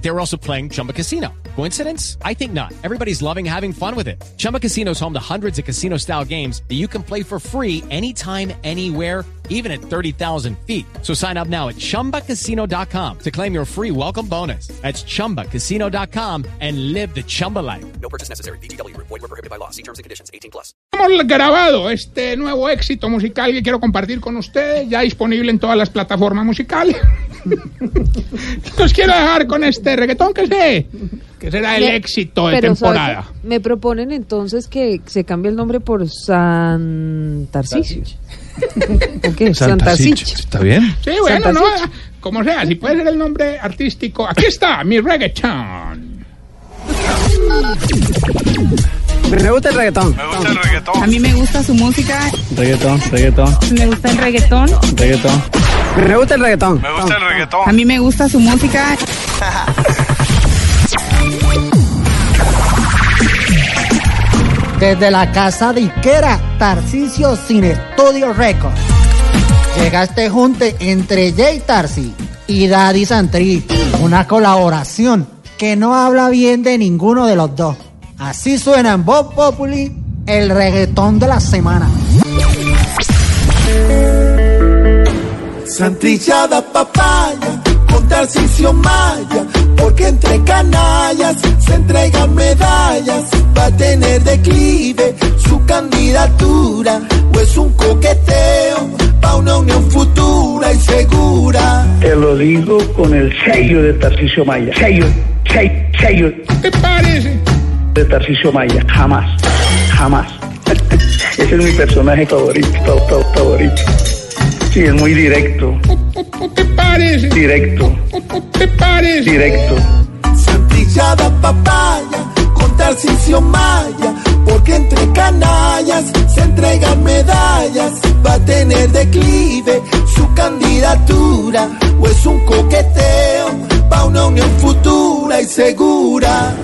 They were also playing Chumba Casino. Coincidence? I think not. Everybody's loving having fun with it. Chumba Casino is home to hundreds of casino style games that you can play for free anytime, anywhere even at 30,000 feet. So sign up now at ChumbaCasino.com to claim your free welcome bonus. That's ChumbaCasino.com and live the Chumba life. No purchase necessary. BGW. Void were prohibited by law. See terms and conditions. 18 plus. Hemos grabado este nuevo éxito musical que quiero compartir con ustedes, ya disponible en todas las plataformas musicales. Los quiero dejar con este reggaetón que sé, que será el Me- éxito de pero, ¿sabe temporada. qué? Me proponen entonces que se cambie el nombre por San Tarcisio. ¿O qué? San Tarcisio. ¿Está bien? Sí, bueno, Santa no, Cicha. como sea, si puede ser el nombre artístico. Aquí está, mi reggaetón. Me gusta el reggaetón. A mí me gusta su música, Reggaetón, reggaetón, me gusta el reggaetón. reggaetón. Me gusta el reggaetón. A mí me gusta su música. Desde la casa de Iquera, Tarcisio Sin Estudio Records. Llegaste junto entre Jay Tarsi y Daddy Santri. Una colaboración que no habla bien de ninguno de los dos. Así suena en Voz Populi el reggaetón de la semana. Santillada papaya, con Tarcisio Maya, porque entre canallas se entregan medallas, va a tener declive su candidatura, o es un coqueteo pa' una unión futura y segura. Te lo digo con el sello de Tarcisio Maya. Sello, sello, sello ¿Te parece? de Tarcisio Maya. Jamás, jamás. Ese es mi personaje favorito, fa- fa- favorito. Sí, es muy directo, ¿Te parece? directo, ¿Te parece? directo. Santillada papaya, con Tarcisio Maya, porque entre canallas se entregan medallas, va a tener declive su candidatura, o es un coqueteo pa' una unión futura y segura.